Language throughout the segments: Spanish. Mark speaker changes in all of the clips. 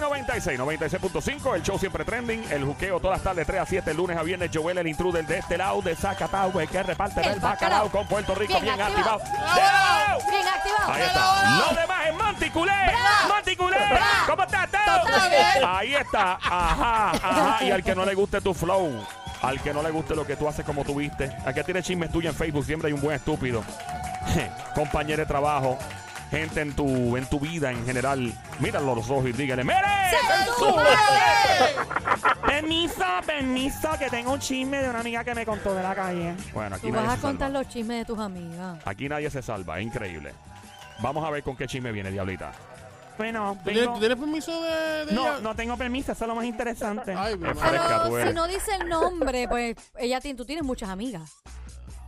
Speaker 1: 96, 96.5, el show siempre trending, el juqueo todas las tardes 3 a 7, lunes a viernes, Joel el intruder de este lado, de Zacatau, el que reparte
Speaker 2: El
Speaker 1: el, bacalao
Speaker 2: bacalao.
Speaker 1: con Puerto Rico,
Speaker 2: Bien
Speaker 1: bien,
Speaker 2: activado.
Speaker 1: activado.
Speaker 2: Bravo. Bien activado.
Speaker 1: Ahí está. Lo demás es Manticulé.
Speaker 2: Bravo.
Speaker 1: Manticulé.
Speaker 2: Bravo.
Speaker 1: ¿Cómo estás, Teo?
Speaker 2: Todo bien.
Speaker 1: Ahí está. Ajá, ajá. Y al que no le guste tu flow, al que no le guste lo que tú haces como tú viste, al que tiene chismes tuyos en Facebook, siempre hay un buen estúpido. Compañero de trabajo. Gente en tu, en tu vida en general, míralo a los ojos y dígale, ¡Mire!
Speaker 3: Permiso, permiso, que tengo un chisme de una amiga que me contó de la calle.
Speaker 1: Bueno, aquí
Speaker 2: Tú
Speaker 1: nadie
Speaker 2: vas
Speaker 1: se
Speaker 2: a contar
Speaker 1: salva.
Speaker 2: los chismes de tus amigas.
Speaker 1: Aquí nadie se salva, es increíble. Vamos a ver con qué chisme viene, Diablita.
Speaker 3: Bueno,
Speaker 4: ¿Tú tienes,
Speaker 3: vengo-
Speaker 4: tú tienes permiso de, de
Speaker 3: No,
Speaker 4: ella?
Speaker 3: no tengo permiso, eso es lo más interesante.
Speaker 4: Ay, mi
Speaker 1: Eh,
Speaker 4: madre.
Speaker 1: fresca, tú
Speaker 2: Pero si
Speaker 1: eres.
Speaker 2: no dice el nombre, pues ella tiene, tú tienes muchas amigas.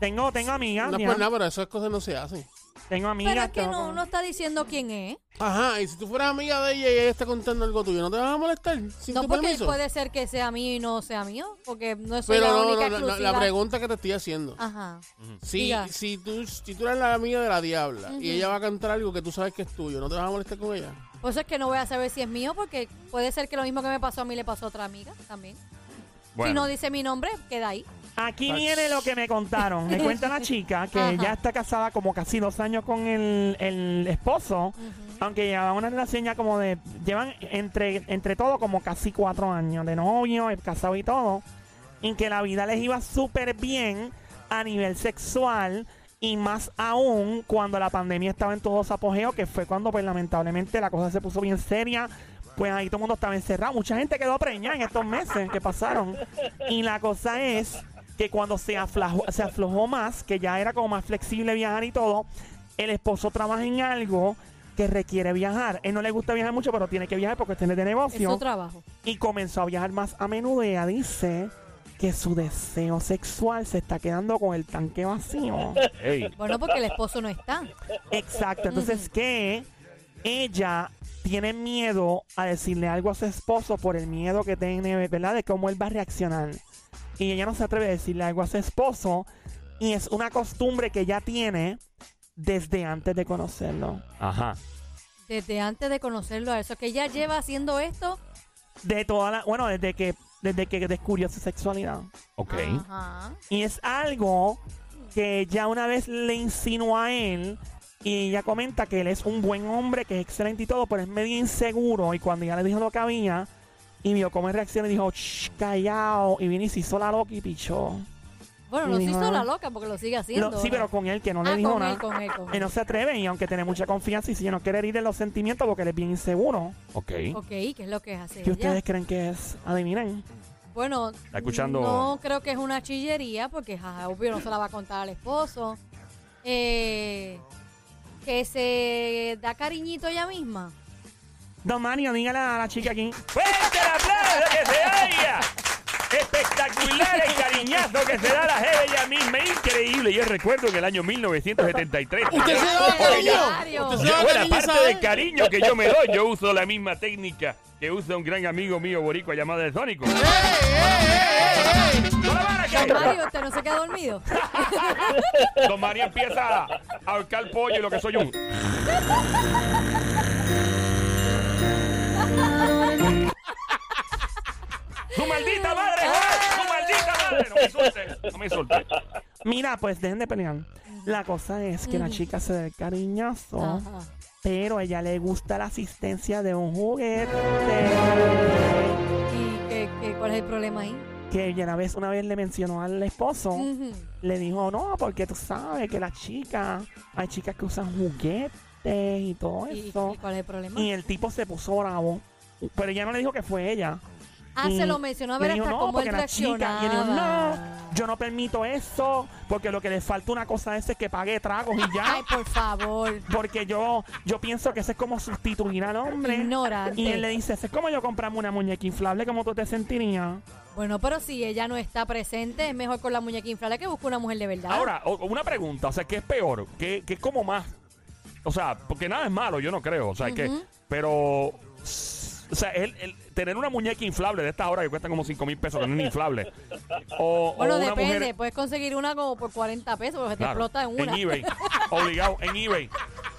Speaker 3: Tengo, tengo amigas,
Speaker 4: No es
Speaker 3: ya.
Speaker 4: por nada, pero esas cosas no se hacen.
Speaker 3: tengo amigas.
Speaker 2: Pero es que
Speaker 3: tengo
Speaker 2: no,
Speaker 3: con-
Speaker 2: no está diciendo quién es.
Speaker 4: Ajá, y si tú fueras amiga de ella y ella está contando algo tuyo, ¿no te vas a molestar? Sin
Speaker 2: No
Speaker 4: tu
Speaker 2: porque
Speaker 4: permiso.
Speaker 2: puede ser que sea mío y no sea mío, porque no soy
Speaker 4: Pero
Speaker 2: la
Speaker 4: no,
Speaker 2: única
Speaker 4: no, no, la,
Speaker 2: exclusiva.
Speaker 4: la pregunta que te estoy haciendo.
Speaker 2: Ajá.
Speaker 4: Si,
Speaker 2: Diga.
Speaker 4: si, tú, si tú eres la amiga de la diabla y ella va a cantar algo que tú sabes que es tuyo, ¿no te vas a molestar con ella?
Speaker 2: Por eso es que no voy a saber si es mío, porque puede ser que lo mismo que me pasó a mí le pasó a otra amiga también. Si no dice mi nombre, queda ahí.
Speaker 3: Aquí viene lo que me contaron. Me cuenta la chica que
Speaker 2: Ajá.
Speaker 3: ya está casada como casi dos años con el, el esposo, aunque lleva una relación ya como de... Llevan entre, entre todo como casi cuatro años de novio, eh, casado y todo, en que la vida les iba súper bien a nivel sexual y más aún cuando la pandemia estaba en todo su apogeo, que fue cuando pues lamentablemente la cosa se puso bien seria. Pues ahí todo el mundo estaba encerrado. Mucha gente quedó preñada en estos meses que pasaron. Y la cosa es que cuando se aflajó- se aflojó más, que ya era como más flexible viajar y todo, el esposo trabaja en algo que requiere viajar. Él no le gusta viajar mucho, pero tiene que viajar por cuestiones de
Speaker 2: Es
Speaker 3: negocio
Speaker 2: su trabajo.
Speaker 3: y comenzó a viajar más a menudo y ella dice que su deseo sexual se está quedando con el tanque vacío.
Speaker 1: Ey,
Speaker 2: Bueno, porque el esposo no está.
Speaker 3: Exacto, entonces que ella tiene miedo a decirle algo a su esposo por el miedo que tiene, ¿verdad? De cómo él va a reaccionar. Y ella no se atreve a decirle algo a su esposo y es una costumbre que ella tiene desde antes de conocerlo.
Speaker 1: ajá.
Speaker 2: Desde antes de conocerlo a eso, que ella lleva haciendo esto.
Speaker 3: De toda la, bueno, desde que desde que descubrió su sexualidad.
Speaker 1: Ok.
Speaker 2: Ah. Ajá.
Speaker 3: Y es algo que ya una vez le insinuó a él y ella comenta que él es un buen hombre, que es excelente y todo, pero es medio inseguro. Y cuando ya le dijo lo que había y vio cómo él reaccionó, dijo, "Shh, callao. Y vino y se hizo la loca y pichó.
Speaker 2: Bueno, no se hizo
Speaker 3: Ajá.
Speaker 2: la loca porque lo sigue haciendo.
Speaker 3: Lo- sí, pero
Speaker 2: ¿verdad?
Speaker 3: con él, que no le
Speaker 2: Ah,
Speaker 3: dijo
Speaker 2: con
Speaker 3: nada.
Speaker 2: él, con él, con
Speaker 3: Él
Speaker 2: él.
Speaker 3: no se atreve y aunque tiene mucha confianza y si no quiere herirle los sentimientos porque él es bien inseguro.
Speaker 1: Ok.
Speaker 2: Ok, ¿qué es lo que hace
Speaker 3: ¿Qué
Speaker 2: ella?
Speaker 3: ustedes creen que es? Adivinen.
Speaker 2: Bueno,
Speaker 1: escuchando?
Speaker 2: no creo que es una chillería porque jaja, obvio no se la va a contar al esposo. Eh, que se da cariñito ella misma.
Speaker 3: Don Mario, dígale a la chica aquí.
Speaker 1: ¡Fuerte el aplauso que se da ella! Espectacular el cariñazo que se da la jeva ella misma. Increíble. Yo recuerdo en el año 1973.
Speaker 4: ¡Usted se da cariño!
Speaker 2: Diario.
Speaker 4: ¡Usted se
Speaker 1: Yo,
Speaker 4: da
Speaker 1: bueno,
Speaker 4: cariño,
Speaker 1: aparte del
Speaker 4: ¿sabes?
Speaker 1: cariño que yo me doy, yo uso la misma técnica que usa un gran amigo mío boricua llamado el Sónico.
Speaker 4: ¡Ey, ey, ey, ey!
Speaker 1: ¡No la van a
Speaker 2: Don
Speaker 1: caer!
Speaker 2: Mario, usted no se queda dormido.
Speaker 1: Don Mario empieza a ahorcar pollo y lo que soy un. ¡Tu maldita madre, Joel! ¡Tu maldita madre! No me insultes, no me insultes.
Speaker 3: Mira, pues dejen de pelear. La cosa es que la chica se da el cariñazo.
Speaker 2: Ajá.
Speaker 3: pero a ella le gusta la asistencia de un juguete.
Speaker 2: ¿Y qué, qué- cuál es el problema ahí?
Speaker 3: Que ella una vez, una vez le mencionó al esposo,
Speaker 2: Ujú.
Speaker 3: le dijo, no, porque tú sabes que las chicas, hay chicas que usan juguetes y todo
Speaker 2: ¿Y, y
Speaker 3: eso.
Speaker 2: cuál es el problema?
Speaker 3: Y el tipo se puso bravo, pero ella no le dijo que fue ella.
Speaker 2: ah,
Speaker 3: y
Speaker 2: se lo mencionó a ver
Speaker 3: le dijo,
Speaker 2: hasta
Speaker 3: no,
Speaker 2: cómo él
Speaker 3: porque las chicas. Y él dijo, no,
Speaker 2: reaccionaba.
Speaker 3: yo no permito eso, porque lo que le falta una cosa a ese es que pague tragos y ya.
Speaker 2: Ay, por favor.
Speaker 3: Porque yo, yo pienso que eso es como sustituir al hombre.
Speaker 2: Ignorante.
Speaker 3: Y él le dice, ¿eso es como yo comprarme una muñeca inflable? ¿Cómo tú te sentirías?
Speaker 2: Bueno, pero si ella no está presente, es mejor con la muñeca inflada que busca una mujer de verdad.
Speaker 1: Ahora, o- una pregunta, o sea, ¿qué es peor? ¿Qué, qué es como más? O sea, porque nada es malo, yo no creo, o sea, que, pero, s- o sea, el, el tener una muñeca inflable de estas horas que cuestan como 5 mil pesos, que no es inflable, o, o
Speaker 2: Bueno,
Speaker 1: una
Speaker 2: depende.
Speaker 1: mujer...
Speaker 2: Puedes conseguir una como por 40 pesos porque te
Speaker 1: Claro,
Speaker 2: explota en una.
Speaker 1: eBay, obligado, en eBay,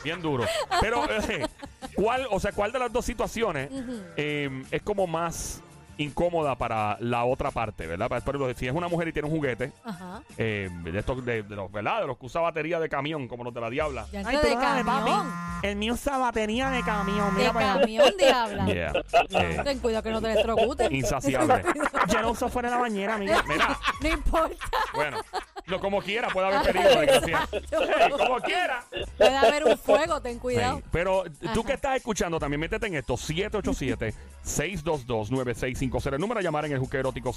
Speaker 1: bien duro. Pero, eh, ¿Cuál, o sea, cuál de las dos situaciones
Speaker 2: Ujú.
Speaker 1: eh, es como más incómoda para la otra parte, ¿verdad? Para- Por ejemplo, si es una mujer y tiene un juguete,
Speaker 2: Ajá.
Speaker 1: eh, de estos, de, de los, ¿verdad? De los que usa batería de camión, como los de la diabla.
Speaker 2: Ya
Speaker 3: Ay,
Speaker 2: está
Speaker 3: tú
Speaker 2: de
Speaker 3: lo sabes, papi.
Speaker 2: camión.
Speaker 3: El mío usa batería de camión. Mira
Speaker 2: De
Speaker 3: para allá.
Speaker 2: camión, diabla.
Speaker 1: Yeah. Eh,
Speaker 2: Ten cuidado que no te electrocuten.
Speaker 1: insaciable.
Speaker 3: Yo lo uso fuera de la bañera, amiga.
Speaker 1: Mira,
Speaker 2: No importa.
Speaker 1: bueno, no, como quiera, puede haber peligro, desgraciado. Hey, como quiera.
Speaker 2: Puede haber un fuego, ten cuidado.
Speaker 1: Sí, Pero tú
Speaker 2: Ajá.
Speaker 1: que estás escuchando también, métete en esto: 787-622-9650. El número a llamar en el juque erótico: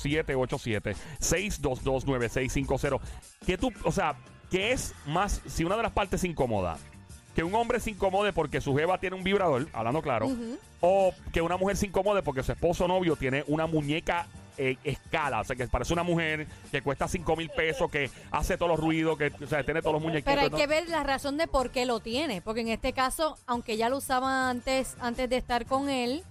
Speaker 1: 787-622-9650. Que tú, o sea, que es más, si una de las partes se incomoda, que un hombre se incomode porque su jeva tiene un vibrador, hablando claro, o que una mujer se incomode porque su esposo o novio tiene una muñeca. eh, escala, o sea que parece una mujer que cuesta 5 mil pesos, que hace todos los ruidos, que o sea, tiene todos los muñequitos.
Speaker 2: Pero hay
Speaker 1: ¿no?
Speaker 2: que ver la razón de por qué lo tiene. Porque en este caso, aunque ya lo usaba antes, antes de estar con él,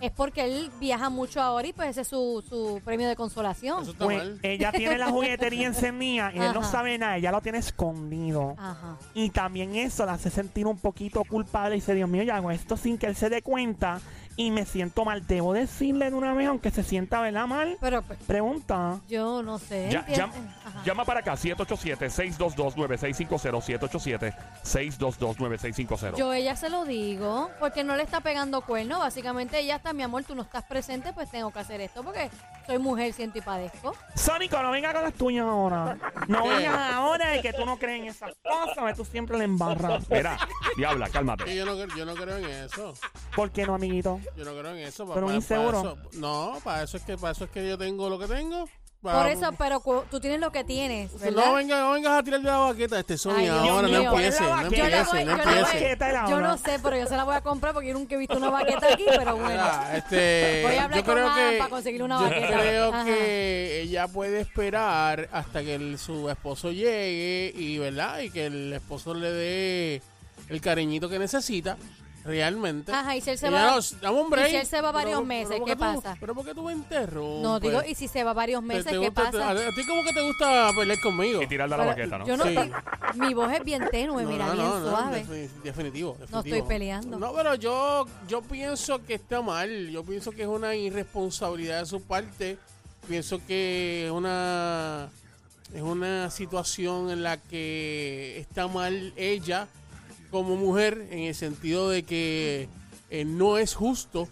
Speaker 2: es porque él viaja mucho ahora y pues ese es su, su premio de
Speaker 4: Eso
Speaker 2: consolación.
Speaker 4: está
Speaker 3: Pues
Speaker 4: mal.
Speaker 3: ella tiene la juguetería encendida y él
Speaker 2: Ajá.
Speaker 3: no
Speaker 2: Ah.
Speaker 3: sabe nada, ella lo tiene escondido.
Speaker 2: Ajá.
Speaker 3: Y también eso la hace sentir un poquito culpable y dice, Dios mío, yo hago esto sin que él se dé cuenta y me siento mal. Debo decirle de una vez, aunque se sienta, ¿verdad, mal?
Speaker 2: Pero pues,
Speaker 3: Pregunta.
Speaker 2: yo no sé.
Speaker 1: Ya-
Speaker 2: ¿entiendes?
Speaker 1: llam-
Speaker 2: Ajá.
Speaker 1: llama para acá, 787-622-9650, 787-622-9650.
Speaker 2: Yo ella se lo digo, porque no le está pegando cuerno. Básicamente ella está, mi amor, tú no estás presente, pues tengo que hacer esto, porque soy mujer, siento y padezco.
Speaker 3: Sónico, no venga con las tuyas ahora. No
Speaker 4: ¿Qué?
Speaker 3: vengas ahora de que tú no crees en esas cosas, que tú siempre le embarras.
Speaker 1: Mira, diabla, cálmate.
Speaker 4: Que Yo no, cre- yo no creo en eso.
Speaker 3: ¿Por qué no, amiguito?
Speaker 4: Yo no creo en eso. pa-
Speaker 3: Pero un
Speaker 4: pa- pa
Speaker 3: inseguro.
Speaker 4: eso- No, para eso es que para eso es que yo tengo lo que tengo. Pa-
Speaker 2: Por eso, pero cu- tú tienes lo que tienes, ¿verdad?
Speaker 4: No vengas, no vengas a tirar de la baqueta este Sony
Speaker 2: Ay, Dios
Speaker 4: ahora, no
Speaker 2: mío.
Speaker 4: empiece, no
Speaker 3: Yo le voy-
Speaker 2: yo,
Speaker 4: empiece, no
Speaker 2: le voy-
Speaker 4: empiece.
Speaker 3: Baqueta de la
Speaker 2: yo
Speaker 3: hora.
Speaker 2: no sé, pero yo se la voy a comprar porque yo nunca he visto una baqueta aquí, pero bueno.
Speaker 4: Mira, este,
Speaker 2: Voy a hablar
Speaker 4: yo
Speaker 2: con
Speaker 4: creo
Speaker 2: Adam
Speaker 4: que,
Speaker 2: para conseguirle una
Speaker 4: yo
Speaker 2: baqueta.
Speaker 4: creo
Speaker 2: Ajá.
Speaker 4: que ella puede esperar hasta que el- su esposo llegue y, ¿verdad? Y que el esposo le dé el cariñito que necesita realmente.
Speaker 2: Ajá, y si él se
Speaker 4: Ella
Speaker 2: va-
Speaker 4: no, dame un break.
Speaker 2: y si él se va varios
Speaker 4: Pero-
Speaker 2: meses,
Speaker 4: pero ¿por
Speaker 2: ¿qué
Speaker 4: tú-
Speaker 2: pasa?
Speaker 4: Pero porque tú me interrumpes.
Speaker 2: No, digo, y si se va varios
Speaker 4: pues.
Speaker 2: meses,
Speaker 4: Te- te
Speaker 2: ¿qué
Speaker 4: gusta- te-
Speaker 2: pasa?
Speaker 4: a, a ti como que te gusta pelear conmigo.
Speaker 1: Y tirarle a la
Speaker 2: Pero
Speaker 1: baqueta, ¿no?
Speaker 2: Yo no
Speaker 4: Sí.
Speaker 2: estoy- mi voz es bien tenue,
Speaker 4: No,
Speaker 2: Pues mira,
Speaker 4: no,
Speaker 2: bien
Speaker 4: no, no,
Speaker 2: suave.
Speaker 4: defi- definitivo,
Speaker 2: No
Speaker 4: definitivo.
Speaker 2: estoy peleando.
Speaker 4: No, pero yo, yo pienso que está mal. Yo pienso que es una irresponsabilidad de su parte. Pienso que es una, es una situación en la que está mal ella como mujer, en el sentido de que eh, no es justo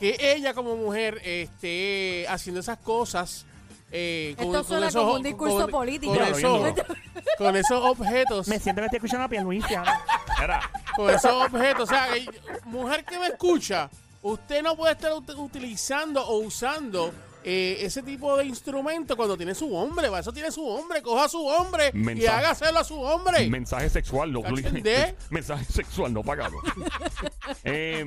Speaker 4: que ella como mujer eh, esté haciendo esas cosas. eh,
Speaker 2: Esto suena
Speaker 4: esos
Speaker 2: como un
Speaker 4: o-
Speaker 2: discurso político.
Speaker 4: Con,
Speaker 1: Diablo, bien
Speaker 4: esos-
Speaker 1: duro.
Speaker 4: con esos objetos
Speaker 3: Me siento que estoy escuchando a Pierluisi ahora.
Speaker 1: Mira,
Speaker 4: con esos objetos. O sea, que- mujer que me escucha, usted no puede estar ut- utilizando o usando eh, ese tipo de instrumento cuando tiene su hombre. Para eso tiene su hombre. Coja a su hombre y
Speaker 1: Mensaje.
Speaker 4: hágaselo a su hombre.
Speaker 1: mensaje sexual no
Speaker 4: ¿Entendés?
Speaker 1: Mensaje sexual no pagado. Eh,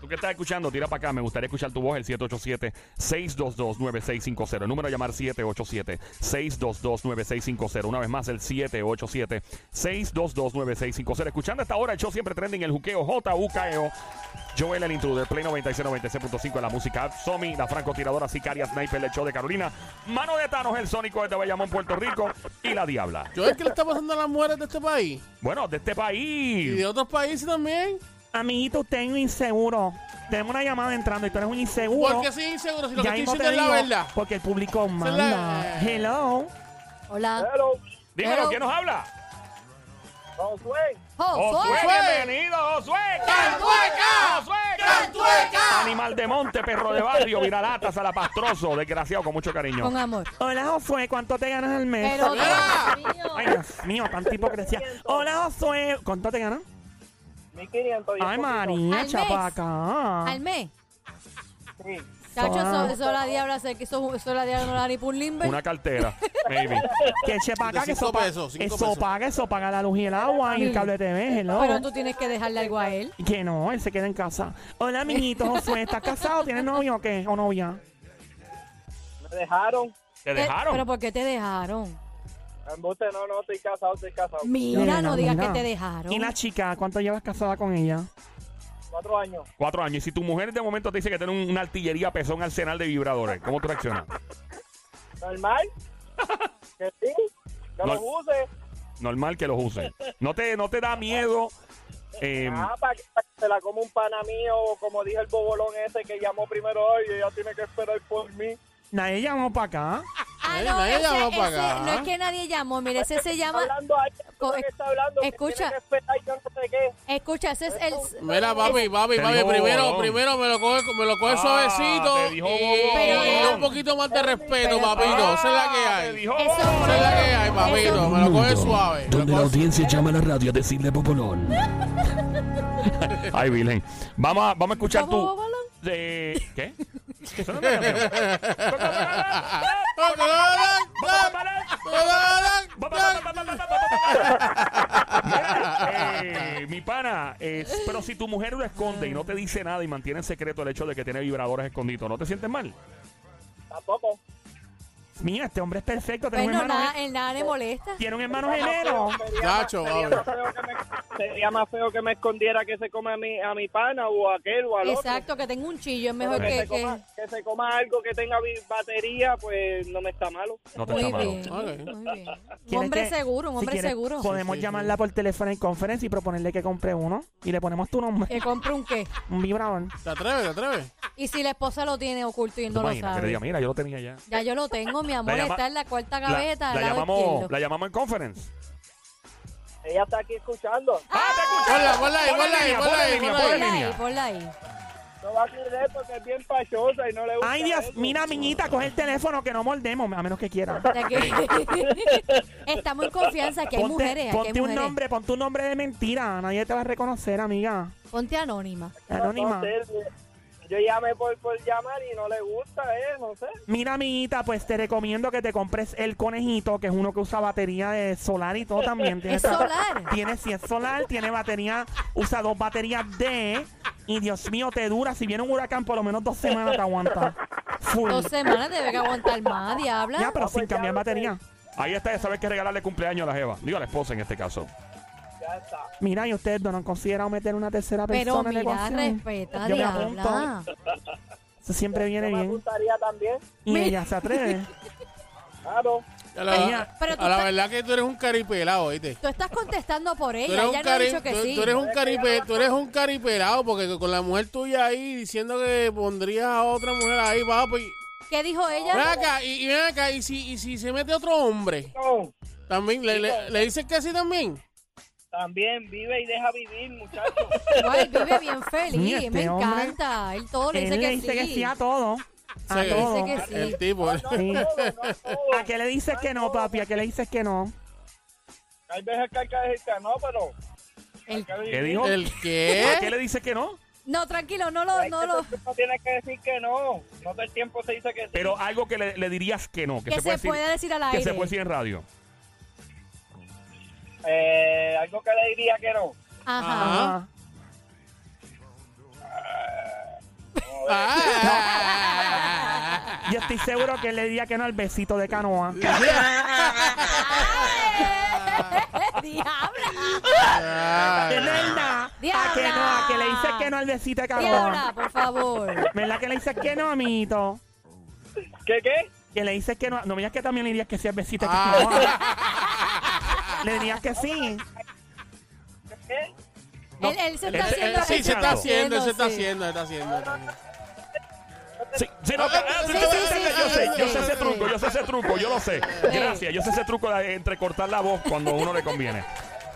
Speaker 1: tú que estás escuchando, tira para acá. Me gustaría escuchar tu voz, el 787-622-9650. El número a llamar 787-622-9650. Una vez más, el 787-622-9650. Escuchando hasta ahora el show siempre trending, el juqueo J.U.K.E.O. E Joel el intruder, Play 96, 96.5 la música app, Somi, la francotiradora sicaria sniper, el show de Carolina, Mano de Thanos, el sónico de Bayamón, Puerto Rico y la Diabla.
Speaker 4: Yo es que le está pasando a las mujeres de este país
Speaker 1: Bueno, de este
Speaker 4: y
Speaker 1: país.
Speaker 4: de otros países también.
Speaker 3: Amiguito, usted es un inseguro. Tenemos una llamada entrando y tú eres un inseguro.
Speaker 4: Porque sí, seguro, si lo que
Speaker 3: ya
Speaker 4: estoy
Speaker 3: mismo
Speaker 4: diciendo
Speaker 3: te
Speaker 4: es
Speaker 3: digo,
Speaker 4: la verdad.
Speaker 3: porque el público
Speaker 4: es la-
Speaker 3: manda. Hello.
Speaker 2: Hola.
Speaker 5: Hello,
Speaker 1: Dímelo,
Speaker 2: Hello.
Speaker 1: ¿quién nos habla?
Speaker 5: Josué.
Speaker 3: Oh,
Speaker 1: Josué,
Speaker 2: Josué.
Speaker 1: bienvenido, Josué.
Speaker 4: ¡Cantueca!
Speaker 1: Josué,
Speaker 4: ¡Cantueca!
Speaker 1: Animal de monte, perro de barrio, viralata, salapastroso, desgraciado, con mucho cariño.
Speaker 2: Con amor.
Speaker 3: Hola, Josué. ¿Cuánto te ganas al mes?
Speaker 2: Pero
Speaker 4: ¡Ah!
Speaker 2: Dios mío.
Speaker 3: Ay, Dios mío, tanta hipocresía. Hola, Josué. ¿Cuánto te ganas?
Speaker 5: 1500 y un
Speaker 3: Ay,
Speaker 5: poquito.
Speaker 3: María,
Speaker 2: Al
Speaker 3: chapaca.
Speaker 2: Al mes.
Speaker 5: Sí.
Speaker 2: Chacho,
Speaker 3: Ah.
Speaker 2: eso, eso la diabla se que eso, eso la diabla no la da ni por limber.
Speaker 1: Una cartera, maybe.
Speaker 3: Que chepaca,
Speaker 4: De
Speaker 3: que
Speaker 4: cinco
Speaker 3: sopa.
Speaker 4: pesos, cinco
Speaker 3: eso
Speaker 4: pesos.
Speaker 3: paga, eso paga la luz y el agua y el
Speaker 2: Mm.
Speaker 3: cable TV. Hello.
Speaker 2: Pero tú tienes que dejarle algo a él.
Speaker 3: Que no, él se queda en casa. Hola, amiguito, Josué. ¿Estás casado? ¿Tienes novio o qué? ¿O novia?
Speaker 5: Me dejaron.
Speaker 1: ¿Te
Speaker 2: ¿Pero
Speaker 1: dejaron?
Speaker 2: por qué te dejaron?
Speaker 5: Embuste, no, no, estoy casado, estoy casado.
Speaker 2: Mira, no digas que
Speaker 3: mira.
Speaker 2: te dejaron.
Speaker 3: ¿Y la chica? ¿Cuánto llevas casada con ella?
Speaker 5: Cuatro años.
Speaker 1: Cuatro años. Y si tu mujer de momento te dice que tiene un- una artillería pezón arsenal de vibradores, ¿cómo tú reaccionas?
Speaker 5: ¿Normal? que sí. Que
Speaker 1: No.
Speaker 5: los use.
Speaker 1: Normal que los use. No te, no te da miedo Eh,
Speaker 5: Ah, para que para que se la coma un pana mío, o como dijo el bobolón ese que llamó primero hoy, ella tiene que esperar por mí.
Speaker 3: Nadie llamó para acá.
Speaker 2: Ah,
Speaker 4: Nadie-
Speaker 2: no,
Speaker 4: nadie
Speaker 2: ese-
Speaker 4: llamó
Speaker 2: ese-
Speaker 4: para acá.
Speaker 2: no es que nadie llamó, mire, ese se
Speaker 5: Está
Speaker 2: llama...
Speaker 5: hablando ahí,
Speaker 2: Co-
Speaker 5: que está hablando, que
Speaker 2: escucha.
Speaker 5: tiene que esperar, yo no sé qué.
Speaker 2: Escucha, ese es el...
Speaker 4: Mira, papi, papi,
Speaker 1: Te
Speaker 4: papi,
Speaker 1: dijo
Speaker 4: primero,
Speaker 1: bobolón.
Speaker 4: primero me lo coge, me lo coge
Speaker 1: Ah,
Speaker 4: suavecito
Speaker 1: te dijo
Speaker 4: y-
Speaker 1: bobolón.
Speaker 4: y un poquito más de respeto,
Speaker 2: Pero-
Speaker 4: papito. Esa es la que
Speaker 1: ah,
Speaker 4: hay.
Speaker 1: te dijo,
Speaker 2: Eso-
Speaker 1: "Oh,
Speaker 4: Esa es la que hay, papito. Me lo coge
Speaker 6: Mundo,
Speaker 4: suave. Me lo
Speaker 6: Donde la
Speaker 4: coge
Speaker 6: audiencia llama a la radio a decirle popolón.
Speaker 1: Ay, Virgen. Vamos a, vamos a escuchar
Speaker 2: ¿Cómo,
Speaker 1: tú.
Speaker 2: bobolón?
Speaker 1: De... ¿Qué? Eso no me lo creo. Mira, eh, mi pana, eh, pero si tu mujer lo esconde y no te dice nada y mantiene en secreto el hecho de que tiene vibradores escondidos, ¿no te sientes mal?
Speaker 5: Tampoco.
Speaker 3: Mira, este hombre es perfecto. Tiene un
Speaker 2: Bueno,
Speaker 3: hermano,
Speaker 2: Pues nada,
Speaker 3: ge-
Speaker 2: el nada le molesta.
Speaker 3: tiene un hermano
Speaker 5: Sería más
Speaker 3: gemelo.
Speaker 5: feo- sería más-
Speaker 4: Gacho,
Speaker 5: sería
Speaker 4: papi.
Speaker 5: más feo que me- Sería más feo que me escondiera que se come a mi, a mi pana o a aquel o al otro.
Speaker 2: Exacto, que tenga un chillo, es mejor
Speaker 1: Pero
Speaker 2: que...
Speaker 5: se coma-
Speaker 2: que-
Speaker 5: que se coma algo que tenga bi- batería, pues no me está malo.
Speaker 1: No te
Speaker 2: Muy
Speaker 1: está malo.
Speaker 2: bien,
Speaker 4: Ok.
Speaker 2: muy bien. Un
Speaker 3: ¿Quieres
Speaker 2: hombre
Speaker 3: que-
Speaker 2: seguro, un
Speaker 3: si
Speaker 2: hombre
Speaker 3: quieres,
Speaker 2: seguro.
Speaker 3: Podemos
Speaker 4: Sí, sí,
Speaker 3: llamarla por teléfono en conferencia y proponerle que compre uno y le ponemos tu nombre,
Speaker 2: Que compre un qué.
Speaker 3: un vibrador.
Speaker 4: ¿Te atreves? ¿Te atreves?
Speaker 2: Y si la esposa lo tiene oculto y él
Speaker 1: ¿Tú
Speaker 2: no lo
Speaker 1: imaginas que le
Speaker 2: sabe.
Speaker 1: diga, mira, yo lo tenía ya.
Speaker 2: Ya yo lo tengo, mi amor,
Speaker 1: La llama-
Speaker 2: está en la cuarta
Speaker 1: La-
Speaker 2: gaveta.
Speaker 1: la,
Speaker 2: al lado
Speaker 1: llamamos,
Speaker 2: izquierdo.
Speaker 1: la llamamos en conference.
Speaker 5: Ella está aquí escuchando.
Speaker 1: ¡Ah, te escuché!
Speaker 4: Ponla, ponla ahí,
Speaker 1: Ponla en
Speaker 4: ponla ahí,
Speaker 1: línea,
Speaker 4: ponla ahí,
Speaker 1: línea,
Speaker 4: ponla ahí.
Speaker 1: en
Speaker 2: Ponla ahí,
Speaker 1: línea.
Speaker 2: ponla ahí.
Speaker 5: No va a querer porque es bien pachosa y no le gusta.
Speaker 3: Ay, Dios,
Speaker 5: eso.
Speaker 3: mira, miñita, coge el teléfono que no mordemos, a menos que quiera.
Speaker 2: De que- Estamos en confianza que hay
Speaker 3: ponte
Speaker 2: mujeres, aquí
Speaker 3: ponte
Speaker 2: hay mujeres.
Speaker 3: un nombre, ponte un nombre de mentira. Nadie te va a reconocer, amiga.
Speaker 2: Ponte anónima.
Speaker 3: Anónima.
Speaker 5: No sé, yo llamé por, por llamar y no le gusta, ¿eh? No sé.
Speaker 3: Mira, amiguita, pues te recomiendo que te compres el conejito, que es uno que usa batería de solar y todo también. Tiene
Speaker 2: Es
Speaker 3: esa-
Speaker 2: solar.
Speaker 3: Tiene, si es solar, tiene batería, usa dos baterías D. Y Dios mío, te dura. Si viene un huracán, por lo menos dos semanas te aguanta. Full.
Speaker 2: Dos semanas debe que aguantar más,
Speaker 3: Ya,
Speaker 2: diabla.
Speaker 3: pero
Speaker 5: Ah,
Speaker 3: sin
Speaker 5: pues ya
Speaker 3: cambiar
Speaker 5: lo
Speaker 3: batería.
Speaker 1: Ahí está, ya sabes que regalarle cumpleaños a la jeva. Digo a la esposa en este caso.
Speaker 5: Ya está.
Speaker 3: Mira, y ustedes no han considerado meter una tercera
Speaker 2: Pero
Speaker 3: persona en el
Speaker 2: mira,
Speaker 3: negocio.
Speaker 2: respeta,
Speaker 3: Yo me
Speaker 2: diabla.
Speaker 3: Eso siempre viene
Speaker 5: Yo me
Speaker 3: bien.
Speaker 5: gustaría también.
Speaker 3: Y
Speaker 2: Mira.
Speaker 3: ella se atreve.
Speaker 5: Claro.
Speaker 4: A la,
Speaker 3: Ella-
Speaker 2: pero tú
Speaker 4: a la
Speaker 2: estás-
Speaker 4: verdad que tú eres un caripelado, ¿oíste?
Speaker 2: Tú estás contestando por
Speaker 4: Tú
Speaker 2: ella,
Speaker 4: eres,
Speaker 2: ella
Speaker 4: un
Speaker 2: no ha
Speaker 4: cari-
Speaker 2: dicho que
Speaker 4: tú-
Speaker 2: sí.
Speaker 4: tú eres un caripe- tú eres un caripelado porque con la mujer tuya ahí diciendo que pondrías a otra mujer ahí, papi.
Speaker 2: ¿Qué dijo ella?
Speaker 4: Ven acá, y, y ven acá, y si, y si se mete otro hombre,
Speaker 5: No,
Speaker 4: también, ¿le, le, le dices que sí también?
Speaker 5: también vive y deja vivir, muchachos.
Speaker 2: Guay, vive bien feliz,
Speaker 3: Mira, este
Speaker 2: me
Speaker 3: hombre,
Speaker 2: encanta. Él todo le dice
Speaker 3: Él
Speaker 2: que
Speaker 3: le dice
Speaker 2: sí.
Speaker 3: que sí a todo. A
Speaker 4: Sí.
Speaker 3: todo.
Speaker 2: Dice que sí.
Speaker 4: Ah, El tipo.
Speaker 5: No todo, no todo.
Speaker 3: ¿A qué le dices que no, papi? ¿A qué le dices que no?
Speaker 5: Hay veces que hay que decir que no, pero.
Speaker 2: El-
Speaker 5: hay que
Speaker 1: ¿Qué
Speaker 5: vivir.
Speaker 1: dijo?
Speaker 4: ¿El
Speaker 2: Eh.
Speaker 1: ¿A qué
Speaker 4: qué?
Speaker 1: le dice que no?
Speaker 2: No, tranquilo, no lo,
Speaker 5: Hay
Speaker 2: no
Speaker 5: que-
Speaker 2: lo.
Speaker 5: tú tienes que decir que no. No todo el tiempo se dice que sí.
Speaker 1: Pero algo que le, le dirías que no. Que,
Speaker 2: Que se
Speaker 1: decir-
Speaker 2: puede decir al
Speaker 1: Que
Speaker 2: aire.
Speaker 1: se puede decir en radio.
Speaker 5: Eh, algo que le diría que no.
Speaker 2: Ajá.
Speaker 4: Ah. Ah.
Speaker 3: Yo estoy seguro que él le diría que no al besito de canoa.
Speaker 2: ¡Ay! ¡Diabla!
Speaker 3: De verdad.
Speaker 2: Diabla.
Speaker 3: A que no, a que le dices que no al besito de
Speaker 2: ¡Diabla,
Speaker 3: canoa.
Speaker 2: por favor!
Speaker 3: ¿Verdad que le dices que no, amiguito?
Speaker 5: ¿Qué, qué?
Speaker 3: Que le dices que no. No me digas que también le dirías que sí al besito de
Speaker 4: Ah.
Speaker 3: canoa. Le dirías que sí.
Speaker 5: ¿Qué, qué?
Speaker 2: él, él se está
Speaker 1: Ese-
Speaker 2: haciendo.
Speaker 4: Eh, Sí,
Speaker 2: él
Speaker 4: se está haciendo, se está
Speaker 2: sí.
Speaker 4: haciendo, se está haciendo.
Speaker 1: Sí, sí, no, ah, sí, sí, sí, sí, sí, yo sé, yo sé ese truco, yo sé ese truco, yo lo sé. Gracias, yo sé ese truco de entrecortar la voz cuando a uno le conviene.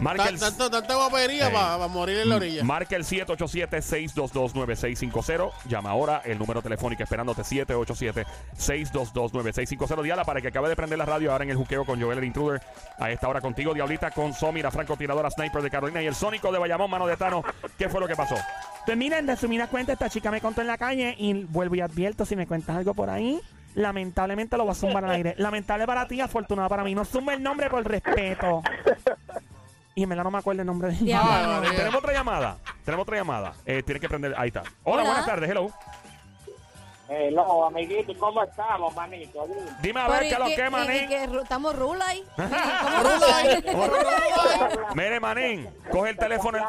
Speaker 1: Marca
Speaker 4: Ta-
Speaker 1: el,
Speaker 4: Tanto, tanta guapería
Speaker 1: Sí.
Speaker 4: para morir en la orilla.
Speaker 1: marca el 787-622-9650. Llama ahora el número telefónico esperándote 787-622-9650. Diala para que acabe de prender la radio ahora en el juqueo con Joel el Intruder. A esta hora contigo, Diablita, con Somi, la francotiradora sniper de Carolina y el sónico de Bayamón, mano de Tano. ¿Qué fue lo que pasó?
Speaker 3: Pues mira, en resumidas cuentas, esta chica me contó en la calle y vuelvo y advierto, si me cuentas algo por ahí, lamentablemente lo voy a zumbar al aire. Lamentable para ti, afortunado para mí. No zumba el nombre por respeto. Y me la no me acuerdo el nombre de ella.
Speaker 2: Diabla.
Speaker 4: Ah, vale.
Speaker 1: Tenemos otra llamada. Tenemos otra llamada. Eh, tienes que prender. Ahí está. Hola,
Speaker 2: Hola.
Speaker 1: buenas tardes. Hello.
Speaker 5: Hello, Eh, amiguito, ¿cómo estamos, manito?
Speaker 1: Dime a
Speaker 2: Pero
Speaker 1: ver
Speaker 2: y
Speaker 1: qué lo ¿eh?
Speaker 2: que-
Speaker 1: que,
Speaker 2: y
Speaker 1: manín.
Speaker 2: que ru- Estamos rula ahí.
Speaker 4: Rula
Speaker 1: Mire, manín, coge el teléfono. en-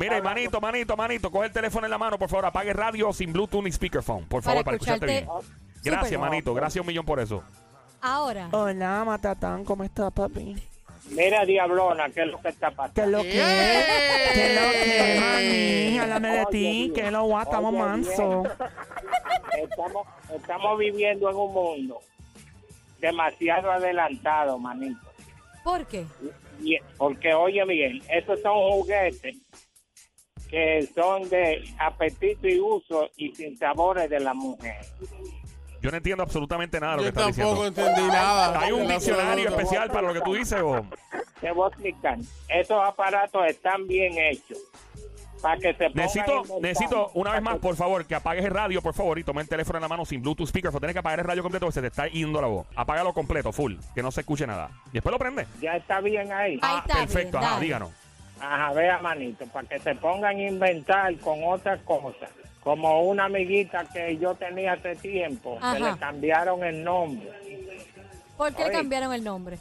Speaker 1: Mire, manito, manito, manito, coge el teléfono en la mano, por favor. Apague radio sin Bluetooth ni speakerphone, por favor, para, escucharte, bien. Gracias,
Speaker 2: Súper.
Speaker 1: manito. Gracias un millón por eso.
Speaker 2: Ahora.
Speaker 3: Hola, Matatán, ¿cómo estás, papi?
Speaker 5: Mira, Diablona, ¿qué es lo que está pasando?
Speaker 3: ¿Qué es lo que?
Speaker 4: ¡Eh!
Speaker 3: ¿Qué es lo que, maní? Háblame de ti,
Speaker 5: Oye,
Speaker 3: que lo guay, estamos
Speaker 5: oye,
Speaker 3: manso.
Speaker 5: Estamos, estamos viviendo en un mundo demasiado adelantado, manito.
Speaker 2: ¿Por qué?
Speaker 5: Y- porque, oye, Miguel, esos son juguetes que son de apetito y uso y sin sabores de la mujer.
Speaker 1: Yo no entiendo absolutamente nada de lo
Speaker 4: Yo
Speaker 1: que estás
Speaker 4: tampoco
Speaker 1: diciendo.
Speaker 4: entendí nada.
Speaker 1: Hay un
Speaker 4: En
Speaker 1: diccionario pues.
Speaker 4: absoluto.
Speaker 1: especial para lo que tú dices, o
Speaker 5: Te voy a explicar. Esos aparatos están bien hechos para que se pongan
Speaker 1: Necesito,
Speaker 5: inventados,
Speaker 1: necesito una
Speaker 5: pa'
Speaker 1: vez más,
Speaker 5: que-
Speaker 1: por favor, que apagues el radio, por favor, y tome el teléfono en la mano sin Bluetooth speaker. Tienes que apagar el radio completo porque se te está yendo la voz. Apágalo completo, full, que no se escuche nada. Y después lo prende.
Speaker 5: Ya está bien ahí.
Speaker 2: Ahí
Speaker 1: Ah,
Speaker 2: está
Speaker 1: perfecto,
Speaker 2: bien,
Speaker 1: ajá,
Speaker 2: dale.
Speaker 1: díganos.
Speaker 5: Ajá, vea, manito, para que se pongan a inventar con otras cosas. Como una amiguita que yo tenía hace tiempo,
Speaker 2: Ajá.
Speaker 5: que le cambiaron el nombre.
Speaker 2: ¿Por qué le
Speaker 5: Oye.
Speaker 2: cambiaron el nombre?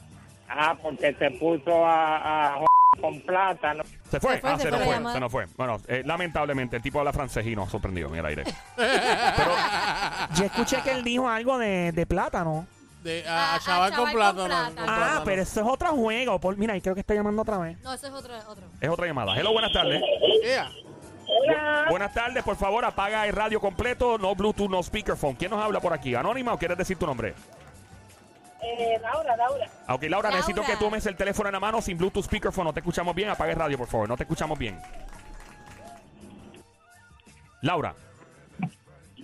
Speaker 5: Ah, porque se puso a, a joder con plátano.
Speaker 1: Se fue,
Speaker 2: Se fue,
Speaker 1: ah,
Speaker 2: se fue
Speaker 1: se, nos
Speaker 2: la
Speaker 1: fue,
Speaker 2: llamada.
Speaker 1: se nos fue. Bueno, eh, lamentablemente, el tipo habla francés y nos sorprendió en el aire. Pero
Speaker 3: Yo escuché que él dijo algo de, de plátano.
Speaker 4: De, a,
Speaker 2: Ah,
Speaker 4: chaval con plátano. con
Speaker 2: plátano.
Speaker 3: Ah,
Speaker 4: plátano.
Speaker 3: pero eso es otro juego. Por, mira, y creo que está llamando otra vez.
Speaker 2: No, eso es otro. otro.
Speaker 1: es otra llamada. Hello, buenas tardes. Ah,
Speaker 4: Ea,
Speaker 1: Buenas tardes, por favor, apaga el radio completo, no Bluetooth, no speakerphone. ¿Quién nos habla por aquí? ¿Anónima o quieres decir tu nombre?
Speaker 7: Eh, Laura, Laura.
Speaker 1: Ah, Ok, Laura,
Speaker 2: Laura.
Speaker 1: necesito que tomes el teléfono en la mano sin Bluetooth, speakerphone. No te escuchamos bien. Apaga el radio, por favor. No te escuchamos bien. Laura.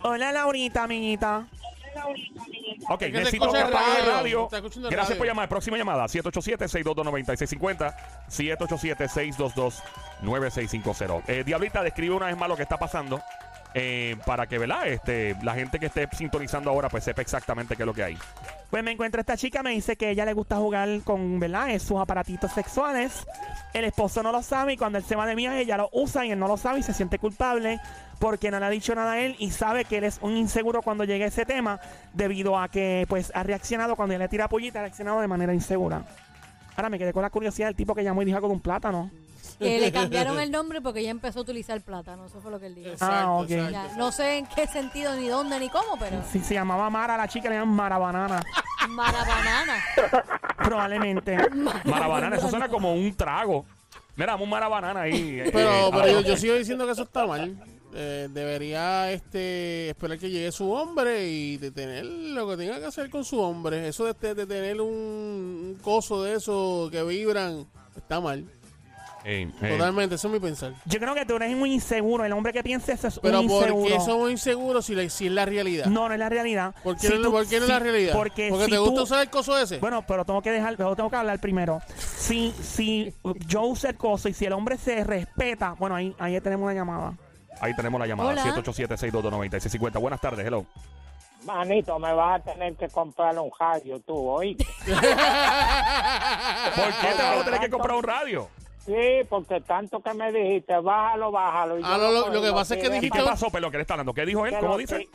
Speaker 3: Hola, Laurita, amiguita.
Speaker 1: Ok,
Speaker 4: Es que se
Speaker 1: necesito que
Speaker 4: escucha el
Speaker 1: apague el
Speaker 4: radio.
Speaker 1: radio.
Speaker 4: Está escuchando el
Speaker 1: Gracias
Speaker 4: radio.
Speaker 1: por llamar. Próxima llamada, 787-622-9650. 787-622-9650. Eh, Diablita, describe una vez más lo que está pasando eh, para que, ¿verdad? Este, la gente que esté sintonizando ahora pues sepa exactamente qué es lo que hay.
Speaker 3: Pues me encuentro esta chica, me dice que ella le gusta jugar con, ¿verdad? Eh, Sus aparatitos sexuales. El esposo no lo sabe y cuando él se va de viaje ella lo usa y él no lo sabe y se siente culpable porque no le ha dicho nada a él y sabe que él es un inseguro cuando llega ese tema debido a que pues ha reaccionado cuando él le tira pollita, ha reaccionado de manera insegura. Ahora me quedé con la curiosidad del tipo que llamó y dijo algo de un plátano.
Speaker 2: Que le cambiaron el nombre porque ya empezó a utilizar plátano. Eso fue lo que él dijo.
Speaker 4: Exacto,
Speaker 3: Ah, ok.
Speaker 4: exacto,
Speaker 2: Ya,
Speaker 4: exacto.
Speaker 2: no sé en qué sentido, ni dónde, ni cómo, pero
Speaker 3: Si se llamaba Mara, la chica le llaman Mara Banana.
Speaker 2: marabanana.
Speaker 3: Probablemente.
Speaker 1: Marabanana, eso suena como un trago. Mira, dame un marabanana ahí. eh,
Speaker 4: Pero,
Speaker 1: eh,
Speaker 4: pero
Speaker 1: ah,
Speaker 4: yo, yo sigo diciendo que eso está mal. Eh, debería este esperar que llegue su hombre y detener lo que tenga que hacer con su hombre. Eso de, de- de tener un, un coso de eso que vibran está mal.
Speaker 1: eh, eh,
Speaker 4: Totalmente, eso es mi pensar.
Speaker 3: Yo creo que tú eres muy inseguro. El hombre que piensa eso es
Speaker 4: Pero
Speaker 3: un
Speaker 4: ¿por
Speaker 3: inseguro.
Speaker 4: qué somos inseguros si, la- si es la realidad?
Speaker 3: No, no es la realidad.
Speaker 4: ¿Por qué,
Speaker 3: Si
Speaker 4: no,
Speaker 3: tú-
Speaker 4: por qué no es la
Speaker 3: si-
Speaker 4: realidad?
Speaker 3: Porque, si
Speaker 4: te gusta
Speaker 3: tú-
Speaker 4: usar el coso ese.
Speaker 3: Bueno, pero tengo que dejar, pero tengo que hablar primero. Si, si yo uso el coso y si el hombre se respeta, bueno, ahí, ahí ya tenemos una llamada.
Speaker 1: ahí tenemos la llamada,
Speaker 2: Hola.
Speaker 1: 787-622-9650. Buenas tardes, hello.
Speaker 5: Manito, me vas a tener que comprar un radio tú, oíste.
Speaker 1: ¿Por qué te vas a tener que
Speaker 5: tanto.
Speaker 1: comprar un radio?
Speaker 5: Sí, porque tanto que me dijiste, bájalo, bájalo. y yo
Speaker 4: Ah, no, lo- lo que pasa es que
Speaker 5: tiré
Speaker 1: ¿Y
Speaker 4: dijiste-
Speaker 1: qué
Speaker 5: pa'l-
Speaker 1: pasó, Pelo? ¿Qué le está hablando? ¿Qué dijo él?
Speaker 5: que
Speaker 1: ¿Cómo
Speaker 5: lo
Speaker 1: dice?
Speaker 5: ti-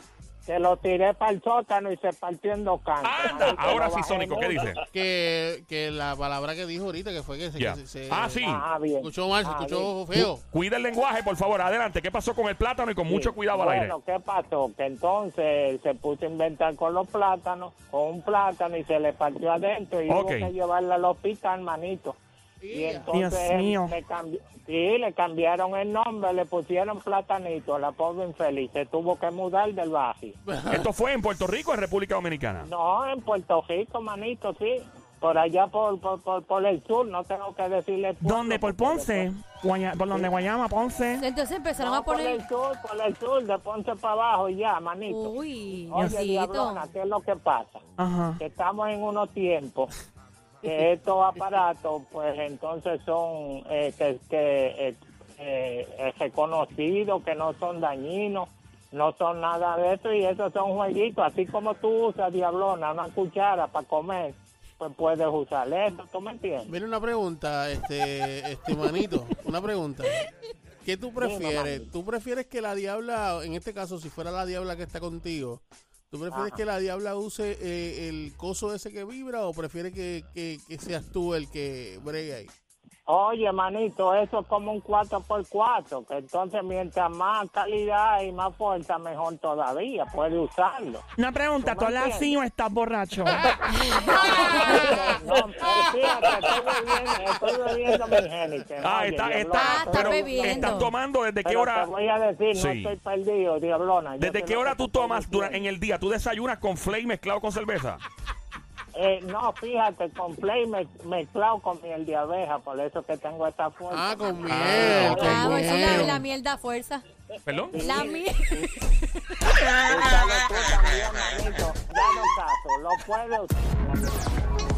Speaker 5: Que lo tiré para el sótano y se partió en dos cantos.
Speaker 1: Anda,
Speaker 5: Manito,
Speaker 1: ahora
Speaker 5: lo
Speaker 1: sí,
Speaker 5: bajé
Speaker 1: Sónico, ¿qué
Speaker 5: mucho.
Speaker 1: dice?
Speaker 4: que, que la palabra que dijo ahorita que fue que se,
Speaker 1: Ya.
Speaker 4: que se-
Speaker 1: Ah, sí.
Speaker 5: Ajá, bien.
Speaker 4: escuchó mal, se
Speaker 5: Ah, bien.
Speaker 4: escuchó feo.
Speaker 1: Cuida el lenguaje, por favor. Adelante. ¿Qué pasó con el plátano? Y con mucho cuidado
Speaker 5: bueno,
Speaker 1: al aire.
Speaker 5: ¿qué pasó? Que entonces se puso a inventar con los plátanos, con un plátano y se le partió adentro y
Speaker 1: Ok.
Speaker 5: hubo que llevarla al hospital, manito. Y entonces
Speaker 3: Dios
Speaker 5: él-
Speaker 3: mío.
Speaker 5: Le, cambi- sí, le cambiaron el nombre, le pusieron platanito, la pobre infeliz, se tuvo que mudar del barrio.
Speaker 1: Esto fue en Puerto Rico, o en República Dominicana.
Speaker 5: No, en Puerto Rico, manito, sí. Por allá, por, por, por, por el sur, no tengo que decirle. el pueblo,
Speaker 3: ¿Dónde? ¿Por
Speaker 5: porque
Speaker 3: Ponce?
Speaker 5: después-
Speaker 3: Guaya- ¿Por donde Guayama, Ponce?
Speaker 2: Entonces empezaron
Speaker 5: No,
Speaker 2: a
Speaker 5: por
Speaker 2: poner.
Speaker 5: el sur, por el sur, de Ponce para abajo y ya, manito.
Speaker 2: Uy,
Speaker 5: Oye,
Speaker 2: Diosito.
Speaker 5: diablona, ¿qué es lo que pasa?
Speaker 3: Ajá.
Speaker 5: Que estamos en unos tiempos que estos aparatos, pues entonces son eh, que, que, eh, eh, eh, reconocidos, que no son dañinos, no son nada de eso y esos son jueguitos. Así como tú usas, diablona, una cuchara para comer, pues puedes usar esto, ¿tú me entiendes?
Speaker 4: Mira una pregunta, este, este manito, una pregunta. ¿Qué tú prefieres? ¿Tú prefieres que la diabla, en este caso, si fuera la diabla que está contigo, ¿tú prefieres que la diabla use eh, el coso ese que vibra o prefieres que, que- que seas tú el que bregue ahí?
Speaker 5: Oye, manito, eso es como un 4x4, que entonces mientras más calidad y más fuerza, mejor todavía, puedes usarlo.
Speaker 3: Una pregunta, ¿tú hablas así o estás borracho?
Speaker 5: No, pero fíjate, estoy bebiendo, estoy bebiendo mi génite.
Speaker 1: Ah,
Speaker 5: oye,
Speaker 1: está, está,
Speaker 5: diablona,
Speaker 2: Ah, está
Speaker 1: pero
Speaker 2: bebiendo.
Speaker 1: estás tomando desde qué
Speaker 5: pero
Speaker 1: hora.
Speaker 5: Te voy a decir, no
Speaker 1: Sí.
Speaker 5: estoy perdido, diablona. yo
Speaker 1: ¿Desde
Speaker 5: sé
Speaker 1: qué
Speaker 5: lo
Speaker 1: hora
Speaker 5: que
Speaker 1: tú
Speaker 5: te estoy
Speaker 1: tomas dura- en
Speaker 5: diciendo.
Speaker 1: el día? ¿Tú desayunas con flake mezclado con cerveza?
Speaker 5: Eh, no, fíjate, con Play me, mezclado con miel de abeja, por eso que tengo esta fuerza.
Speaker 4: Ah, con miel.
Speaker 1: Ah,
Speaker 4: con
Speaker 2: Claro, eso es la,
Speaker 4: miel.
Speaker 2: la miel da fuerza.
Speaker 1: ¿Perdón?
Speaker 2: La miel.
Speaker 5: Úsalo tú también, manito. Dale caso, lo puedes usar.